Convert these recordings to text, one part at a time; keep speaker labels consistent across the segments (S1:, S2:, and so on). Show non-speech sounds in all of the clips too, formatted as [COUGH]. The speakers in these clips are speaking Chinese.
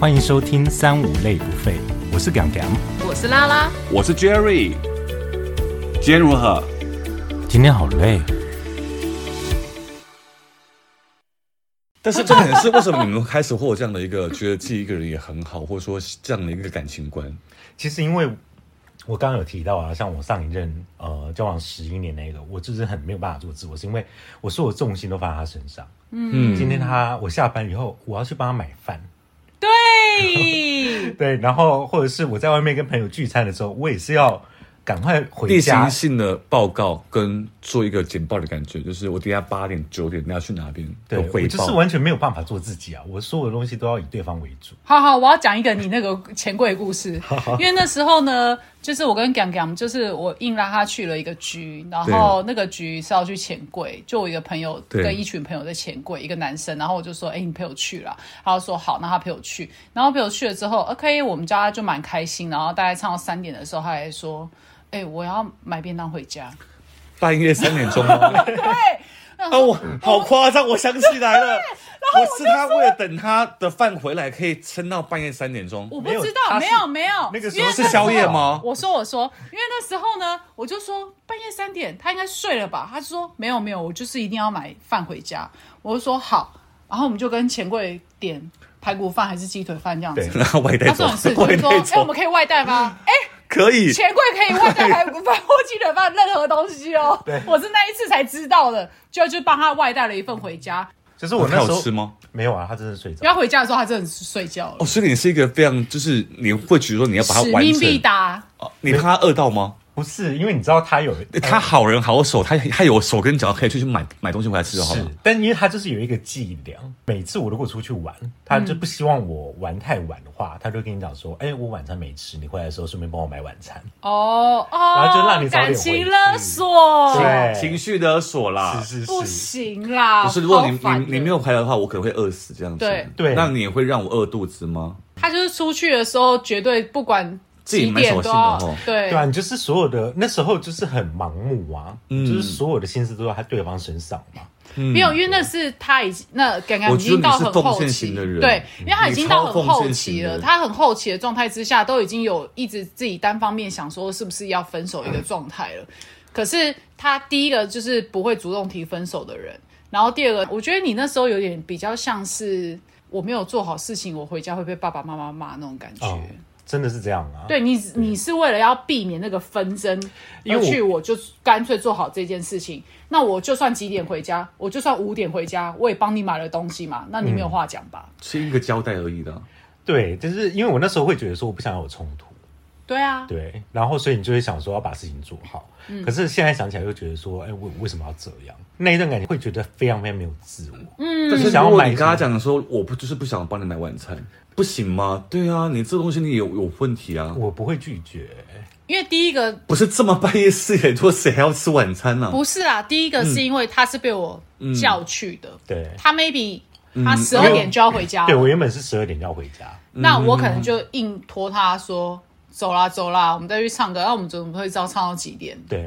S1: 欢迎收听三五类不废，我是 Gang Gang。
S2: 我是拉拉，
S3: 我是 Jerry。今天如何？
S1: 今天好累，
S3: 但是
S2: [LAUGHS]
S3: 重点是，为什么你们开始会有这样的一个觉得自己一个人也很好，或者说这样的一个感情观？
S1: 其实因为我刚刚有提到啊，像我上一任呃交往十一年那个，我就是很没有办法做自我，是因为我所有重心都放在他身上。
S3: 嗯，
S1: 今天他我下班以后，我要去帮他买饭， [LAUGHS]
S2: 对
S1: 对，然后或者是我在外面跟朋友聚餐的时候，我也是要赶快回
S3: 例
S1: 家
S3: 行。性的报告跟做一个简报的感觉，就是我等一下八点九点你要去哪边
S1: 对
S3: 有，
S1: 我
S3: 汇
S1: 就是
S3: 报。
S1: 完全没有办法做自己啊！我所有的东西都要以对方为主。
S2: 好好，我要讲一个你那个钱柜故事，因为那时候呢，就是我跟 Gang Gang，就是我硬拉他去了一个局，然后那个局是要去钱柜，就我一个朋友
S3: 对
S2: 跟一群朋友在钱柜，一个男生，然后我就说，哎、你陪我去啦，他就说好，那他陪我去，然后陪我去了之后，OK，我哎们家就蛮开心，然后大概唱到三点的时候，他还说，哎、我要买便当回家，
S3: 半夜三点钟吗？
S2: [LAUGHS]
S3: 啊，我好夸张！我想起来了，我是他为了等他的饭回来，可以撑到半夜三点钟。
S2: 我不
S1: 没有
S2: 知
S1: 他
S2: 道，
S1: 是
S2: 没有没有，
S1: 那个时候
S2: 因为
S1: 是
S2: 那
S3: 宵夜吗
S2: 我说我说，因为那时候呢，我就说半夜三点他应该睡了吧？他就说没有没有，我就是一定要买饭回家。我就说好，然后我们就跟钱柜点排骨饭还是鸡腿饭这样
S1: 对
S2: 子。
S3: 然后外带
S2: 他说
S3: 走
S2: 很是，，就
S3: 外
S2: 是说，
S3: 带
S2: 哎，我
S3: 走
S2: 们可以外带吗？哎，
S3: 可以。
S2: 钱柜可以外带排骨饭或鸡腿饭任何东西哦。我是那一次才知道的，就就帮他外带了一份回家。
S1: 就是我那时
S3: 他
S1: 候
S3: 有吃吗？
S1: 没有啊，他真的睡着。
S2: 然后回家的时候，他真的是睡觉了
S3: 哦，，所以你是一个非常就是你会觉得说你要把它
S2: 使
S3: 完
S2: 命必
S3: 成，
S2: 达。
S3: 哦你怕他饿到吗？
S1: 不是，因为你知道他有
S3: 他好人好手，他他有手跟脚，可以出去买买东西回来吃就好
S1: 是
S3: 了。，
S1: 但因为他就是有一个伎俩，每次我如果出去玩，他就不希望我玩太晚的话，他就跟你讲说：“哎、我晚餐没吃，你回来的时候顺便帮我买晚餐。
S2: 哦哦，
S1: 然后就让你早点
S2: 感
S1: 回去
S2: 情勒
S1: [LAUGHS]
S2: 索，
S1: 对啊
S3: 情绪勒索啦。”
S1: 哎是
S2: 不
S1: 是是，
S2: 行啦。
S3: 不是，如果你
S2: 超烦
S3: 你
S2: 的
S3: 你没有回来的话，我可能会饿死这样子。
S2: 对
S1: 对
S3: 那你会让我饿肚子吗？
S2: 他就是出去的时候绝对不管
S3: 自己
S2: 几
S3: 蛮
S2: 点
S3: 小
S2: 都
S3: 心的
S2: 要
S3: 哦
S2: 对
S1: 对啊，你就是所有的那时候就是很盲目啊，就是所有的心思都在他对方身上嘛。
S2: 没有，因为那是他已经那刚刚
S3: 我
S2: 已
S3: 觉得
S2: 经
S3: 你
S2: 到
S3: 是
S2: 很
S3: 奉
S2: 后
S3: 献
S2: 期，
S3: 型的人
S2: 对，因为他已经到
S3: 你超
S2: 很
S3: 奉
S2: 后
S3: 献
S2: 期
S3: 型的
S2: 了，
S3: 人
S2: 他很后期的状态之下，都已经有一直自己单方面想说是不是要分手一个状态了。可是他第一个就是不会主动提分手的人，然后第二个，我觉得你那时候有点比较像是我没有做好事情，我回家会被爸爸妈妈骂那种感觉。
S1: 哦，真的是这样啊。
S2: 对你，
S3: 嗯
S2: 你是为了要避免那个纷争，
S1: 因为
S2: 而
S1: 我
S2: 去我就干脆做好这件事情。那我就算几点回家，我就算五点回家，我也帮你买了东西嘛。那你没
S3: 嗯
S2: 有话讲吧？
S3: 是一个交代而已的。
S1: 对，就是因为我那时候会觉得说我不想要有冲突，
S2: 对啊，
S1: 对，然后所以你就会想说要把事情做好。可是现在想起来又觉得说，哎、我我为什么要这样？那一段感情会觉得非常非常没有自我。嗯，
S3: 但
S1: 就是是想要
S3: 如果
S1: 买
S3: 你
S1: 什
S3: 跟他
S1: 么。
S3: 讲说，我不就是不想帮你买晚餐，不行吗？对啊，你这东西你有有问题啊。
S1: 我不会拒绝，
S2: 因为第一个
S3: 不是这么半夜四点多，谁还要吃晚餐呢、
S2: 不是啊，第一个
S3: 嗯
S2: 是因为他是被我叫去的，
S1: 对
S2: 他 maybe
S3: 嗯
S2: 他十二点就要回家
S1: 对
S2: 了，
S1: 我原本是十二点就要回家，
S2: 那
S3: 嗯
S2: 我可能就硬拖他说。走啦走啦，我们再去唱歌。那我们怎么会知道唱到几点？
S1: 对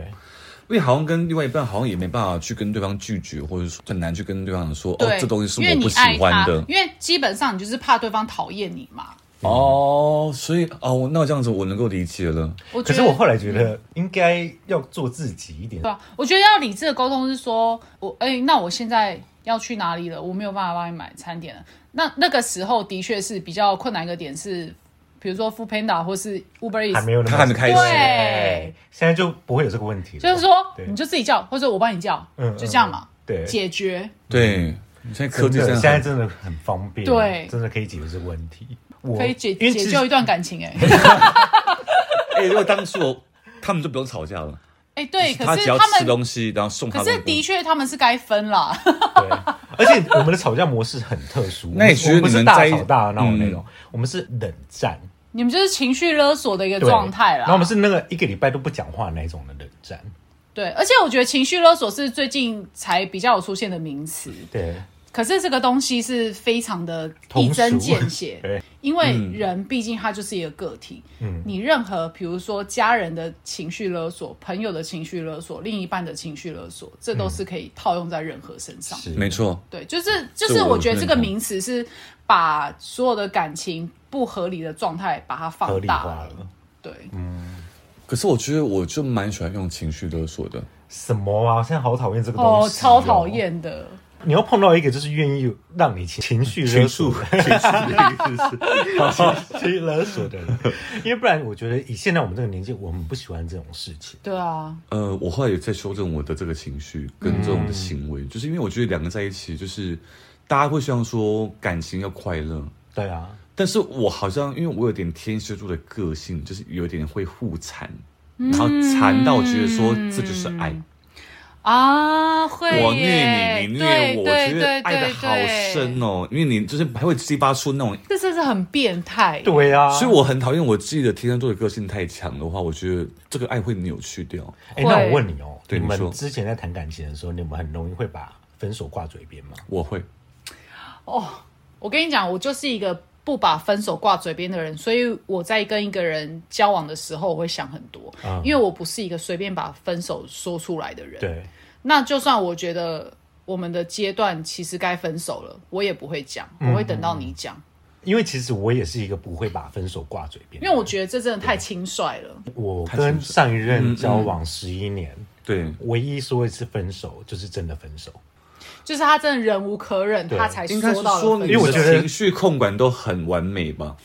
S3: 因为好像跟另外一半好像也没办法去跟对方拒绝，或者说很难去跟对方说哦
S2: 对，，
S3: 这东西是
S2: 因为
S3: 我
S2: 你
S3: 不喜
S2: 爱
S3: 欢
S2: 他
S3: 的
S2: 因为基本上你就是怕对方讨厌你嘛。
S3: 哦，所以哦，那这样子我能够理解了。
S2: 我觉
S1: 可
S2: 得
S1: 是我后来觉得应该要做自己一点
S2: 对。啊，我觉得要理智的沟通是说，我哎、那我现在要去哪里了？我没有办法帮你买餐点了。那那个时候的确是比较困难一个点是，比如说 f o o Panda 或是 Uber
S1: 还
S2: Eats，
S1: 没有那么
S3: 他还没开始
S2: 对，
S1: 现在就不会有这个问题了。
S2: 就是说
S1: 对
S2: 你就自己叫，或者我帮你叫，
S1: 嗯
S2: 就这样嘛，
S1: 嗯对
S2: 解决。
S3: 对，现在科技
S1: 真的
S3: 真
S1: 嗯现在
S3: 的
S1: 真的很方便，
S2: 对
S1: 真的可以解决这个问题。我
S2: 可以解
S1: 因为其
S2: 解
S1: 实
S2: 救一段感情
S1: [LAUGHS]
S2: 哎、
S3: 哎、如果当初我他们就不用吵架了，
S2: 哎、对，可
S3: 他
S2: 是
S3: 只要
S2: 他
S3: 吃
S2: 们
S3: 东西，然后送他
S2: 可
S3: 东
S2: 是
S3: 西。
S2: 的确他们是该分啦， [LAUGHS]
S1: 对，而且我们的吵架模式很特殊，
S3: [LAUGHS] 那你觉得
S1: 我们不是
S3: 你们
S1: 大
S3: 在嗯
S1: 吵大闹那种，我们是冷战
S2: 你们就是情绪勒索的一个
S1: 对
S2: 状态啦。
S1: 然后我们是那个一个礼拜都不讲话那一种的冷战，
S2: 对，而且我觉得情绪勒索是最近才比较有出现的名词。
S1: 对，
S2: 可是这个东西是非常的一
S1: 通俗
S2: 针见
S3: [LAUGHS]
S2: 血，
S1: [LAUGHS]
S3: 哎
S1: 对，
S2: 因为人毕竟他就是一个个体，
S1: 嗯
S2: 你任何比如说家人的情绪勒索、朋友的情绪勒索、另一半的情绪勒索，这都是可以套用在任何身上。
S1: 是
S3: 没错，
S2: 对，就是就
S3: 这
S2: 是，
S3: 我
S2: 我觉得
S3: 认
S2: 这个
S3: 同
S2: 名词是把所有的感情不合理的状态把它
S1: 合
S2: 放
S1: 理
S2: 大
S1: 化了。
S2: 对，
S3: 嗯可是我觉得我就蛮喜欢用情绪勒索的，
S1: 什么啊？现在好讨厌这个东
S2: 哦，
S1: 西、
S2: 超讨！厌的。
S1: 你又碰到一个就是愿意让你情情绪勒索、
S3: 情绪的意思是。
S1: 情绪勒索的人，因为不然我觉得以现在我们这个年纪，我们不喜欢这种事情。
S2: 对啊，
S3: 呃，我后来也在修正我的这个情绪跟这种的行为，就是因为我觉得两个在一起，就是大家会希望说感情要快乐，
S1: 对啊，
S3: 但是我好像因为我有点天蝎座的个性，就是有点会互缠，
S2: 嗯
S3: 然后缠到觉得说这就是爱，
S2: 啊，会
S3: 我虐
S2: 耶
S3: 你，你虐我，我
S2: 对
S3: 觉
S2: 对
S3: 得
S2: 对
S3: 爱的
S2: 对
S3: 好深
S2: 哦，
S3: 哦，因为你就是还会激发出那种。
S2: 这真是很变态。
S1: 对啊，
S3: 所以我很讨厌我自己的天蝎座的个性太强的话，我觉得这个爱会扭曲掉。
S1: 哎、那我问你哦、
S3: 对
S1: 你
S3: 你说
S1: 们之前在谈感情的时候，你们很容易会把分手挂嘴边吗？
S3: 我会，
S2: 我跟你讲，我就是一个不把分手挂嘴边的人，所以我在跟一个人交往的时候，我会想很多，
S1: 嗯
S2: 因为我不是一个随便把分手说出来的人。，
S1: 对，
S2: 那就算我觉得我们的阶段其实该分手了，我也不会讲，
S1: 嗯
S2: 我会等到你讲，
S1: 因为其实我也是一个不会把分手挂嘴边的
S2: 因
S1: 人，
S2: 为我觉得这真的太轻率了。
S1: 我跟上一
S3: 嗯
S1: 任交往十一年，
S2: 嗯
S3: 对，
S1: 唯一说一次分手就是真的分手，
S2: 就是他真的忍无可忍，
S1: 对
S2: 他才
S3: 应该是
S2: 到了
S3: 说
S2: 分
S3: 你
S1: 因为我
S3: 的
S1: 觉得
S3: 情绪控管都很完美吧。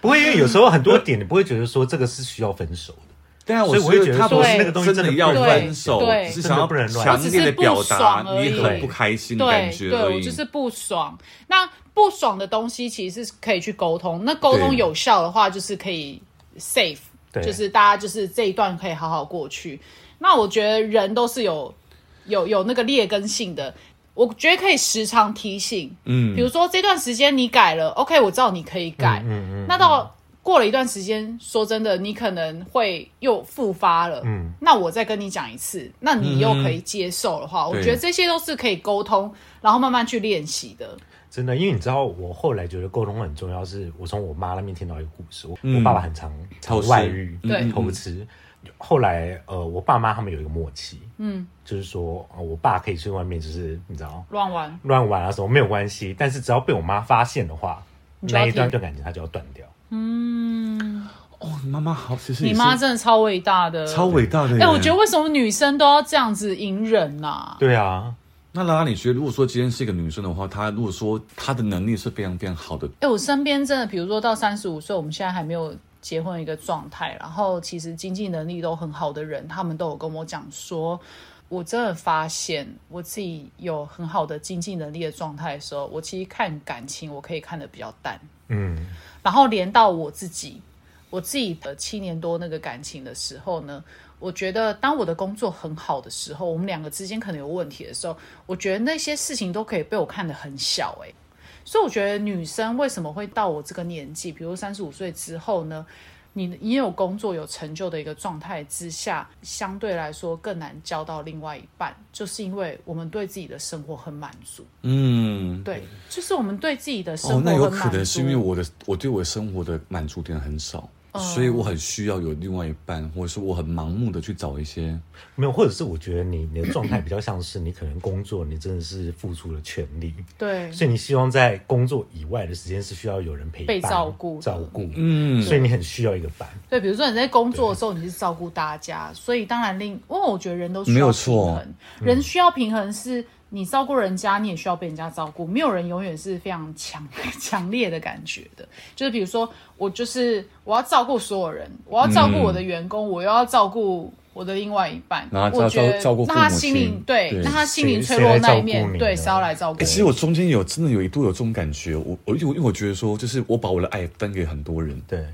S1: 不会，因为有时候很多点你不会觉得说这个是需要分手的，
S3: 对啊，
S1: 所以我
S3: 觉
S1: 会觉得
S3: 得他
S1: 说
S3: 不是
S2: 那个
S1: 东西
S3: 真
S1: 真的
S3: 要
S1: 不能
S3: 分手，
S2: 对
S3: 只是想要
S1: 真的不能乱
S3: 强烈的
S2: 我
S3: 表达
S2: 只
S3: 你
S2: 是不爽而已
S3: 很不开心的感
S2: 对
S3: 觉而
S2: 对，我
S3: 已。
S2: 就是不爽。那不爽的东西其实是可以去沟通，那沟通
S3: 对
S2: 有效的话，就是可以 safe，
S1: 对
S2: 就是大家就是这一段可以好好过去。那我觉得人都是有有有那个劣根性的，我觉得可以时常提醒，
S3: 嗯
S2: 比如说这段时间你改了，OK，我知道你可以改，
S1: 嗯嗯嗯
S2: 那到。过了一段时间，说真的，你可能会又复发了。
S1: 嗯，
S2: 那我再跟你讲一次，那你又可以接受的话，我
S3: 嗯对
S2: 觉得这些都是可以沟通，然后慢慢去练习的。
S1: 真的，因为你知道我后来觉得沟通很重要，是我从我妈那边听到一个故事，我、
S3: 嗯
S1: 我爸爸很常
S3: 偷
S1: 常
S3: 吃
S1: 外遇，
S2: 对嗯嗯嗯
S1: 偷吃。后来，呃，我爸妈他们有一个默契，
S2: 嗯，
S1: 就是说，呃我爸可以去外面，就是你知道
S2: 乱玩，
S1: 乱玩啊什么没有关系，但是只要被我妈发现的话，
S2: 就要
S1: 那一段
S2: 停
S1: 段感情他就要断掉。
S2: 嗯，
S3: 哦，你妈妈好，其实也
S2: 你
S3: 是
S2: 妈真的超伟大的，
S3: 超。伟大的耶。
S2: 哎、我觉得为什么女生都要这样子隐忍呐、
S1: 对啊，
S3: 那拉拉，你觉得如果说今天是一个女生的话，她如果说她的能力是非常非常好的，
S2: 哎、我身边真的，比如说到三十五岁，我们现在还没有结婚的一个状态，然后其实经济能力都很好的人，他们都有跟我讲说，我真的发现我自己有很好的经济能力的状态的时候，我其实看感情我可以看得比较淡，
S1: 嗯，
S2: 然后连到我自己，我自己的七年多那个感情的时候呢，我觉得当我的工作很好的时候，我们两个之间可能有问题的时候，我觉得那些事情都可以被我看得很小、欸，所以我觉得女生为什么会到我这个年纪，比如三十五岁之后呢？你你有工作有成就的一个状态之下，相对来说更难交到另外一半，就是因为我们对自己的生活很满足。
S3: 嗯，
S2: 对，就是我们对自己的生活
S3: 哦
S2: 很，
S3: 那
S2: 满足。哦
S3: 有可能是因为我的我对我生活的满足点很少，所以我很需要有另外一半，或者说我很盲目的去找一些。
S1: 没有，或者是我觉得你你的状态比较像是你可能工作，你真的是付出了全力，
S2: 对，
S1: 所以你希望在工作以外的时间是需要有人陪伴、
S2: 被照顾的
S1: 照顾，
S3: 嗯，
S1: 所以你很需要一个伴。
S2: 对，比如说你在工作的时候，你是照顾大家，所以当然另，因为我觉得人都需
S3: 没有
S2: 要平
S3: 错嗯
S2: 衡，人需要平衡是你照顾人家，你也需要被人家照顾，没有人永远是非常强 [LAUGHS] 强烈的感觉的。就是比如说，我就是我要照顾所有人，我要照顾
S3: 嗯
S2: 我的员工，我又要照顾。我的另外一半，
S3: 然后
S2: 我
S3: 照
S2: 觉得
S3: 照顾
S2: 那
S3: 父
S2: 他
S3: 母
S2: 心
S3: 亲
S2: 灵对，
S3: 对
S2: 那他心灵
S1: 谁
S2: 脆弱
S1: 谁来
S2: 那一
S1: 照顾
S2: 面，
S1: 你
S2: 对，
S1: 呢
S2: 谁要来照顾
S3: 欸
S2: 你？
S3: 其实我中间有真的有一度有这种感觉，我我因为因为我觉得说，就是我把我的爱分给很多人，
S1: 对，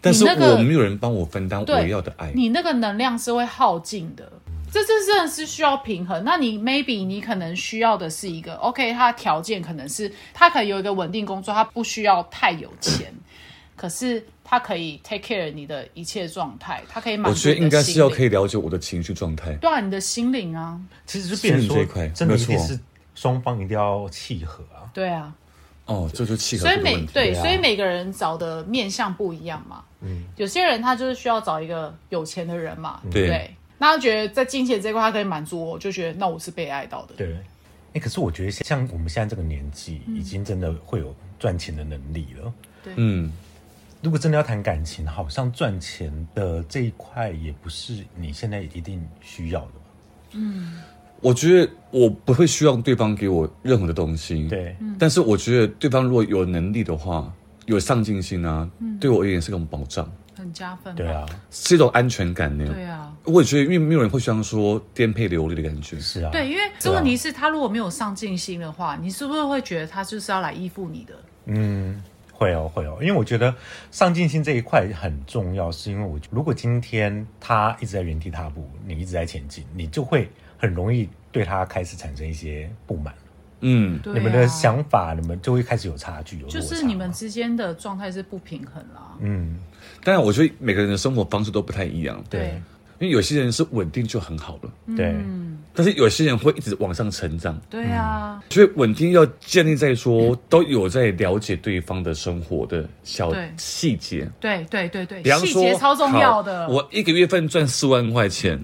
S3: 但是
S2: 那个
S3: 我没有人帮我分担
S2: 对
S3: 我要的爱。
S2: 你那个能量是会耗尽的。这这真的是需要平衡。那你 maybe 你可能需要的是一个 OK，他的条件可能是他可以有一个稳定工作，他不需要太有
S3: [COUGHS]
S2: 钱，可是他可以 take care 你的一切状态，他可以满
S3: 我
S2: 足
S3: 觉得应该是要可
S2: 以
S3: 以了解我的情绪状态。
S2: 对啊，你的心灵啊，
S1: 其实就变成
S3: 心灵这
S1: 说
S3: 一块，
S1: 真的
S3: 没
S1: 一
S3: 错
S1: 定是双方一定要契合啊。
S2: 对啊，
S3: 哦，这就契合
S2: 所以
S3: 这个
S2: 每
S3: 问题
S2: 对，
S1: 对啊
S2: 所以每个人找的面相不一样嘛。嗯，有些人他就是需要找一个有钱的人嘛，对不
S3: 对
S2: 对？那他觉得在金钱这一块他可以满足我，就觉得那我是被爱到的。
S1: 对，哎、可是我觉得像我们现在这个年纪，已经真的会有赚钱的能力了。
S3: 嗯，
S1: 如果真的要谈感情，好像赚钱的这一块也不是你现在一定需要的吧。
S3: 我觉得我不会希望对方给我任何的东西，，
S2: 嗯
S1: 对，
S3: 但是我觉得对方如果有能力的话，有上进心啊，
S2: 嗯
S3: 对我而言是种保障，
S2: 很加分。
S1: 对，啊，
S3: 是一种安全感呢。
S2: 对啊，
S3: 我也觉得，因为没有人会希望说颠沛流离的感觉，
S1: 是啊，
S2: 对，因为这问题是他如果没有上进心的话，你是不是会觉得他就是要来依附你的？
S1: 嗯，会哦，会哦，因为我觉得上进心这一块很重要，是因为我如果今天他一直在原地踏步，你一直在前进，你就会很容易对他开始产生一些不满，
S3: 嗯，
S2: 对、啊，
S1: 你们的想法，你们就会开始有差距，有落
S3: 啊
S2: 就
S1: 差
S2: 是你们
S1: 嘛
S2: 之间的状态是不平衡啦。
S1: 嗯，
S3: 当然，我觉得每个人的生活方式都不太一样，
S1: 对
S3: 因为有些人是稳定就很好了，
S1: 对，
S2: 嗯
S3: 但是有些人会一直往上成长，
S2: 对啊，
S3: 所以稳定要建立在说
S2: 嗯
S3: 都有在了解对方的生活的小
S2: 对
S3: 细节，
S2: 对对对对
S3: 比，方
S2: 细
S3: 说
S2: 节超重要的。
S3: 好我一个月份赚四万块钱。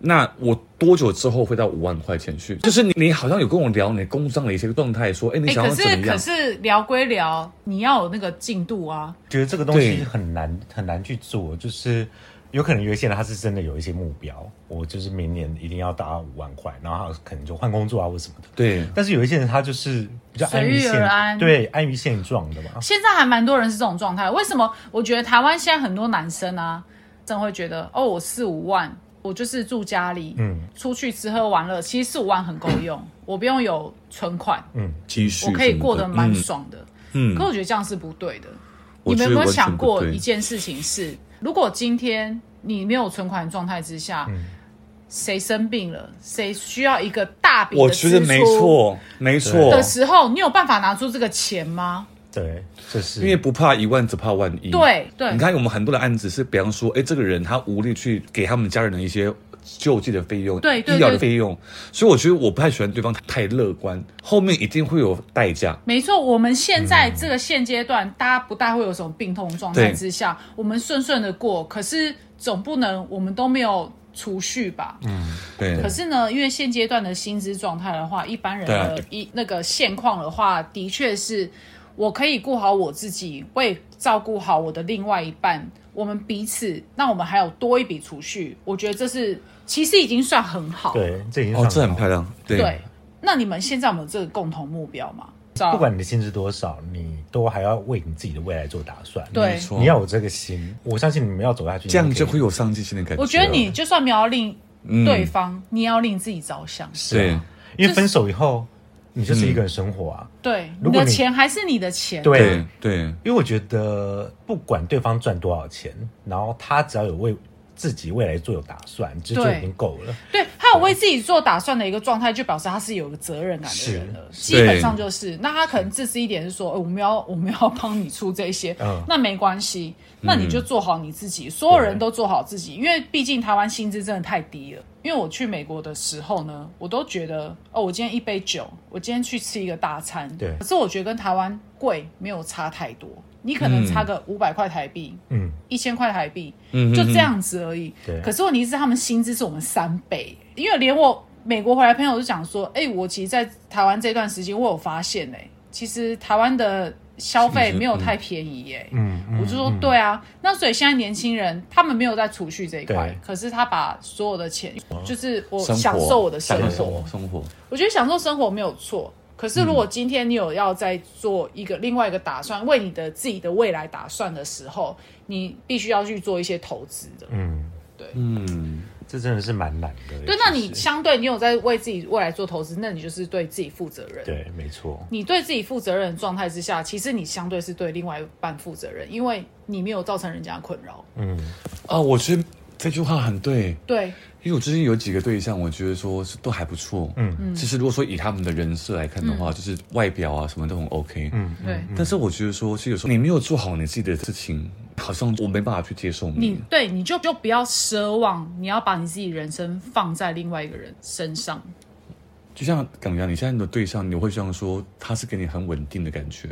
S3: 那我多久之后会到五万块钱去？就是你，你好像有跟我聊你工作上的一些状态，说，哎、你
S2: 哎、
S3: 想
S2: 可
S3: 要怎么
S2: 是
S3: 样？
S2: 可是聊归聊，你要有那个进度啊。
S1: 觉得这个东西
S3: 对
S1: 很难很难去做，就是有可能有一些人他是真的有一些目标，我就是明年一定要达五万块，然后他可能就换工作啊或什么的。
S3: 对，
S1: 但是有一些人他就是比较安于
S2: 随遇而
S1: 现，
S2: 安
S1: 对，安于现状的嘛。
S2: 现在还蛮多人是这种状态，为什么？我觉得台湾现在很多男生啊，真的会觉得哦，我四五万，我就是住家里，
S1: 嗯
S2: 出去吃喝玩乐，其实四五万很够用，我不用有存款，
S1: 嗯，
S3: 积蓄
S2: 我可以
S3: 什么
S2: 过得
S3: 的
S2: 蛮
S3: 嗯
S2: 爽的。
S3: 嗯
S2: 可我觉得这样是不对的。
S3: 我
S2: 你们有没
S3: 觉得
S2: 有
S3: 完全
S2: 想
S3: 不
S2: 过
S3: 对
S2: 一件事情是，如果今天你没有存款的状态之下，
S1: 嗯
S2: 谁生病了，谁需要一个大笔
S3: 我
S2: 的
S3: 觉
S2: 支出
S3: 得没错，没错
S2: 的，时候，你有办法拿出这个钱吗？
S3: 嗯
S1: 对，这是
S3: 因为不怕一万，只怕万一。
S2: 对对
S3: 你看我们很多的案子是，比方说，哎，这个人他无力去给他们家人的一些救济的费用、
S2: 对对
S3: 医疗
S2: 对
S3: 的费用，所以我觉得我不太喜欢对方太乐观，后面一定会有代价。
S2: 没错，我们现在这个现阶段，大家不大会有什么病痛状态
S3: 对
S2: 之下，我们顺顺的过，可是总不能我们都没有储蓄吧？
S3: 嗯对
S2: 可，是呢，因为现阶段的薪资状态的话，一般人
S3: 对啊
S2: 的一、那个现况的话，的确是我可以顾好我自己，为照顾好我的另外一半，我们彼此，那我们还有多一笔储蓄，我觉得这是其实已经算很好。
S1: 对，这已经
S3: 哦，
S1: 上
S3: 这很
S1: 纲
S3: 漂亮。对，
S2: 对那你们现在有没有这个共同目标吗？
S1: 不管你的薪资多少，你都还要为你自己的未来做打算。
S2: 对
S3: 没错
S1: 你要有这个心，我相信你们要走下去，
S3: 这样就
S1: 你
S3: 会有上进心的感觉。哦
S2: 我觉得你就算没有要令
S3: 嗯
S2: 对方，你也要令自己着想。
S3: 对
S1: 们可以，因为分手以后，你就是一个人生活啊。
S2: 对，
S1: 如
S2: 你
S1: 果
S2: 的
S1: 你
S2: 钱还是你的钱。啊
S1: 对
S3: 嗯对对
S1: 因为我觉得，不管对方赚多少钱，然后他只要有为自己未来做有打算，这就
S2: 对
S1: 已经够了。
S2: 对，他有为自己做打算的一个状态，就表示他是有个责任感的人了。基本上就是，那他可能自私一点是说，呃我们要我们要帮你出这些，
S1: 嗯
S2: 那没关系，那你就做好你自己，所有人都做好自己，因为毕竟台湾薪资真的太低了。因为我去美国的时候呢，我都觉得哦，我今天一杯酒，我今天去吃一个大餐，
S1: 对
S2: 可是我觉得跟台湾贵没有差太多，你可能差个五百块台币，
S1: 嗯，
S2: 一千块台币，
S3: 嗯
S2: 就这样子而已。
S1: 对
S2: 可是问题是，他们薪资是我们三倍，因为连我美国回来的朋友就讲说，哎、我其实，在台湾这段时间，我有发现、哎，其实台湾的消费没有太便宜、哎、
S1: 嗯嗯
S2: 我就说，对啊，那所以现在年轻人他们没有在储蓄这一块
S1: 对，
S2: 可是他把所有的钱，就是我
S3: 生活
S2: 享受我的生活
S3: 享受，生活，
S2: 我觉得享受生活没有错。可是，如果今天你有要在做一个、另外一个打算，为你的自己的未来打算的时候，你必须要去做一些投资的。
S1: 嗯，
S3: 嗯，
S1: 这真的是蛮难的。
S2: 对，
S1: 其
S2: 那
S1: 实
S2: 你相对你有在为自己未来做投资，那你就是对自己负责任。
S1: 对，没错，
S2: 你对自己负责任的状态之下，其实你相对是对另外一半负责任，因为你没有造成人家的困扰。
S1: 嗯，
S3: 啊，我觉得这句话很对。
S2: 对，
S3: 因为我最近有几个对象，我觉得说是都还不错，
S1: 嗯
S3: 嗯，其实如果说以他们的人设来看的
S2: 嗯
S3: 话，就是外表啊什么都很 OK，嗯，
S2: 对，
S3: 但是我觉得说，其实有时候你没有做好你自己的事情，好像我没办法去接受你，
S2: 你
S1: 嗯
S2: 对你就就不要奢望你要把你自己人生放在另外一个人身上。
S3: 就像港阳，你现在你的对象，你会希望说他是给你很稳定的感觉，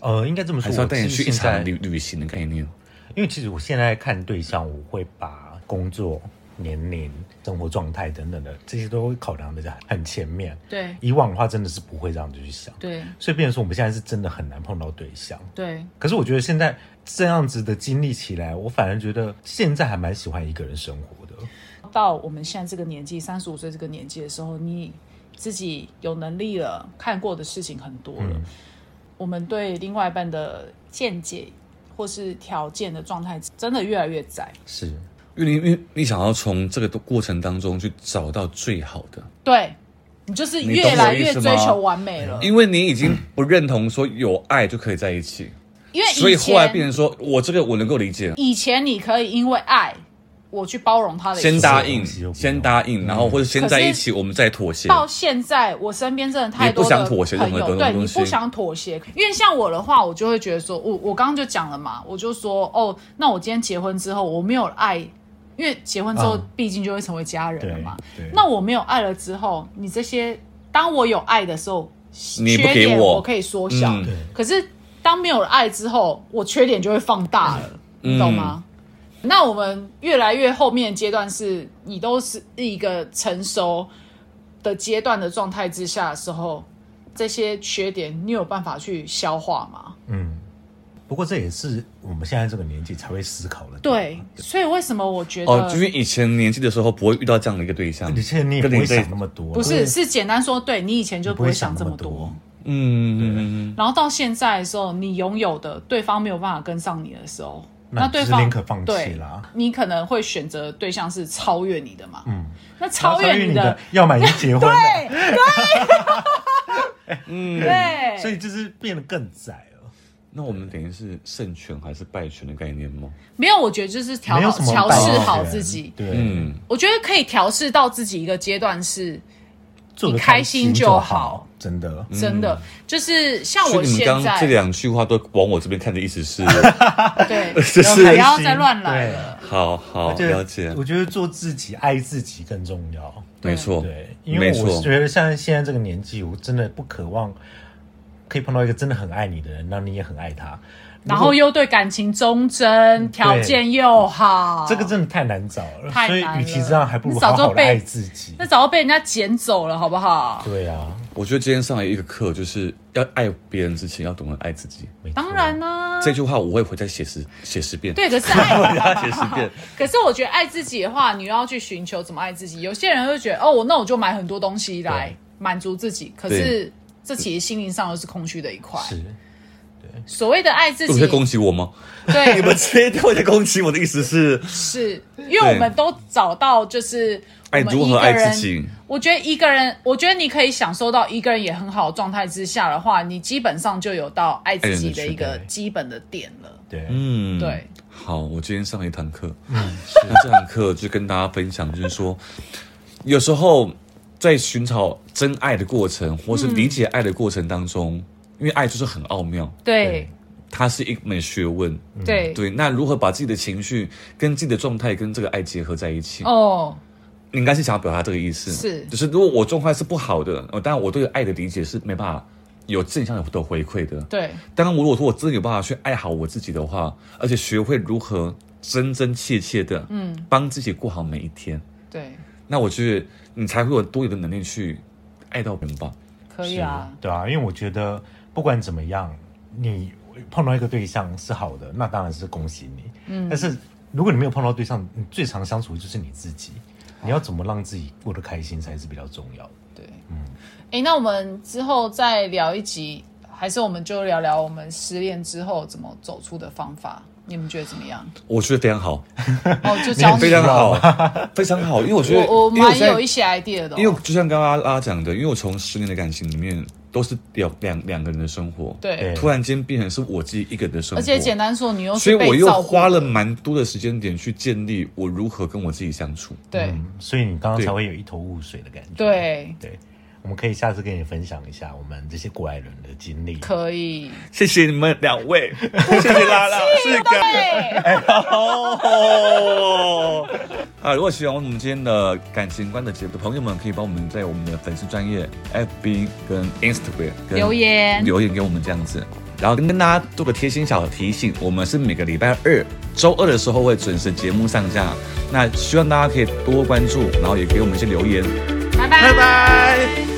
S1: 呃，应该这么说，
S3: 还是要
S1: 我
S3: 带你
S1: 其实
S3: 去一
S1: 现在
S3: 场旅旅行的概念？
S1: 因为其实我现在看对象，我会把工作、年龄、生活状态等等的这些都会考量的在很前面。
S2: 对
S1: 以往的话，真的是不会这样子去想。
S2: 对
S1: 所以，变成说我们现在是真的很难碰到对象。
S2: 对，
S1: 可是，我觉得现在这样子的经历起来，我反而觉得现在还蛮喜欢一个人生活的。
S2: 到我们现在这个年纪，三十五岁这个年纪的时候，你自己有能力了，看过的事情很多了，
S1: 嗯
S2: 我们对另外一半的见解或是条件的状态，真的越来越窄。
S1: 是，
S3: 因为你因为你想要从这个过程当中去找到最好的，
S2: 对你就是
S3: 你懂
S2: 越
S3: 我
S2: 来
S3: 意
S2: 越
S3: 思
S2: 追
S3: 吗
S2: 求完美了，
S3: 因为你已经不认同说有爱就可以在一起，
S2: 因为
S3: 所以后来
S2: 前
S3: 变成说我这个我能够理解，
S2: 以前你可以因为爱我去包容他的一切，
S3: 先答应
S1: 东西又不一样
S3: 先答
S1: 嗯
S3: 应，然后或者先在一起，我们再妥协。
S2: 到现在，我身边真的太多
S3: 你不
S2: 的
S3: 想
S2: 朋友，
S3: 妥协任何东
S2: 对
S3: 东
S2: 你
S3: 西
S2: 不想妥协，因为像我的话，我就会觉得说，我我刚刚就讲了嘛，我就说哦，那我今天结婚之后，我没有爱，因为结婚之
S3: 啊
S2: 后
S1: 嗯
S2: 毕竟就会成为家人了
S1: 对
S2: 嘛。
S1: 对
S2: 那我没有爱了之后，你这些当我有爱的时候，
S3: 你不
S2: 缺
S3: 给
S2: 点
S3: 我
S2: 可以缩小，
S3: 嗯对
S2: 可是当没有了爱之后，我缺点就会放大了，你懂吗？那我们越来越后面的阶段是，你都是一个成熟的阶段的状态之下的时候，这些缺点你有办法去消化吗？
S1: 嗯。不过这也是我们现在这个年纪才会思考的。
S2: 对，所以为什么我觉得、
S3: 哦，因为以前年纪的时候不会遇到这样的一个对象
S1: 而，且你也不
S3: 跟你
S1: 会
S3: 对
S1: 想那么多。
S2: 不
S1: 对
S2: 是是简单说，对你以前就
S1: 你
S2: 不
S1: 不会
S2: 会
S1: 想
S2: 这
S1: 那么
S2: 么多
S1: 多，
S3: 嗯嗯嗯
S2: 然后到现在的时候，你拥有的对方没有办法跟上你的时候，
S1: 那
S2: 对
S1: 就是
S2: 方
S1: 宁可放弃
S2: 对
S1: 啦
S2: 你可能会选择对象是超越你的嘛？
S1: 嗯，
S2: 那超
S1: 然后
S2: 越你的，
S1: 要么已经结婚了，
S2: 对对
S3: 嗯嗯。
S2: 对，
S1: 所以就是变得更窄了。
S3: 那我们等于是胜权还是败权的概念吗？
S2: 没有，我觉得就是调
S1: 没有
S2: 好
S1: 什么
S2: 调
S1: 版
S2: 试
S1: 权
S2: 好自己。
S1: 对，
S3: 嗯，
S2: 我觉得可以调试到自己一个阶段是
S1: 做得
S2: 你开
S1: 心
S2: 心就
S1: 好，
S2: 好
S1: 真的。
S2: 真
S1: 嗯
S2: 的，就是像
S3: 所
S2: 我
S3: 以你们
S2: 现
S3: 刚
S2: 在
S3: 刚这啊两句话都往我这边看的意
S1: [LAUGHS]
S3: 思是，
S2: 对，
S3: 就
S1: 要
S3: 是
S1: 开
S2: 不要
S1: 心
S2: 再乱来了。
S3: 好好
S1: 对
S3: 哦了解，
S1: 我觉得做自己、爱自己更重要。
S2: 对
S3: 没错，
S1: 对，因
S3: 没
S1: 为我
S3: 错，
S1: 觉得像现在这个年纪，我真的不渴望可以碰到一个真的很爱你的人，那你也很爱他。
S2: 然后又对感情忠贞，条件又好，
S1: 嗯这个真的太难找了，
S2: 太
S1: 所以
S2: 难
S1: 与其
S2: 了
S1: 这样，还不如
S2: 你早
S1: 好
S2: 就
S1: 好的
S2: 被
S1: 爱自己
S2: 那。早就被人家捡走了，好不好？
S1: 对啊，
S3: 我觉得今天上了一个课，就是要爱别人之前要懂得爱自己。
S1: 没
S2: 当
S1: 错
S2: 然啦、
S3: 这句话我会回再写十写十 [LAUGHS] 遍，
S2: 对，可是爱
S3: 大家写十遍。
S2: 可是我觉得爱自己的话，你又要去寻求怎么爱自己。有些人会觉得，哦，我那我就买很多东西来满足自己，可是这其实心灵上又是空虚的一块。
S1: 是
S2: 所谓的爱自
S3: 有在
S2: 己，
S3: 攻击我吗？你
S2: 对，
S3: 们这些都在攻击我的意思是，
S2: 是因为我们都找到就是我
S3: 爱
S2: 们
S3: 如
S2: 一
S3: 何
S2: 个
S3: 爱
S2: 人
S3: 自己？
S2: 我觉得一个人，我觉得你可以享受到一个人也很好的状态之下的话，你基本上就有到爱自己的一
S1: 爱
S2: 个
S1: 人的区别
S2: 基本的点了。
S1: 对，
S3: 嗯，
S2: 对。
S3: 好，我今天上了一堂课，
S1: 嗯，
S3: 那这堂课就跟大家分享，就是说，有时候在寻找真爱的过程，或是理解爱的过程当中，因为爱就是很奥妙，
S2: 对
S3: 它是一门学问。
S2: 嗯对
S3: 对，嗯那如何把自己的情绪跟自己的状态跟这个爱结合在一起？
S2: 哦，
S3: 你应该是想要表达这个意思，
S2: 是
S3: 就是如果我状态是不好的，呃，当然我对爱的理解是没办法有正向的回馈的。
S2: 对
S3: 当然，我如果说我真的有办法去爱好我自己的话，而且学会如何真真切切的，嗯，帮自己过好每一天，
S2: 对，
S3: 那我觉得你才会有多余的能力去爱到人吧。
S2: 可以啊
S1: 是，对啊，因为我觉得不管怎么样，你碰到一个对象是好的，那当然是恭喜你。嗯，但是如果你没有碰到对象，你最常相处的就是你自己。你要怎么让自己过得开心才是比较重要的。
S2: 对，嗯，哎，那我们之后再聊一集，还是我们就聊聊我们失恋之后怎么走出的方法？你们觉得怎么
S3: [LAUGHS]
S2: 样？
S3: 我觉得非常好，
S2: 哦，就教
S3: 非
S2: 你
S3: 常。好，非常好，因为我觉得，
S2: 我我
S3: 因为我
S2: 蛮
S3: 现在
S2: 有一些 idea 的、
S3: 因为
S2: 哦，
S3: 就像刚刚阿拉讲的，因为我从十年的感情里面都是两两两个人的生活，
S2: 对
S1: 对，
S3: 突然间变成是我自己一个人的生活，
S2: 而且简单说，你又
S3: 所以
S2: 是被
S3: 我又
S2: 照顾
S3: 花
S2: 的
S3: 了蛮多的时间点去建立我如何跟我自己相处。
S2: 对
S1: 嗯，所以你刚刚
S3: 对
S1: 才会有一头雾水的感觉。
S2: 对
S1: 对，我们可以下次跟你分享一下我们这些过来人的经历。
S2: 可以，
S3: 谢谢你们两
S2: [LAUGHS]
S3: 位，谢谢拉拉，啊是个。
S2: 对，
S3: 哦， [LAUGHS] 啊！如果喜欢我们今天的感情观的节目的朋友们，可以帮我们在我们的粉丝专业 FB 跟 Instagram 跟
S2: 留言
S3: 留言给我们这样子。然后跟大家做个贴心小提醒，我们是每个礼拜二、周二的时候会准时节目上架，那希望大家可以多关注，然后也给我们一些留言。
S2: 拜拜
S3: 拜拜。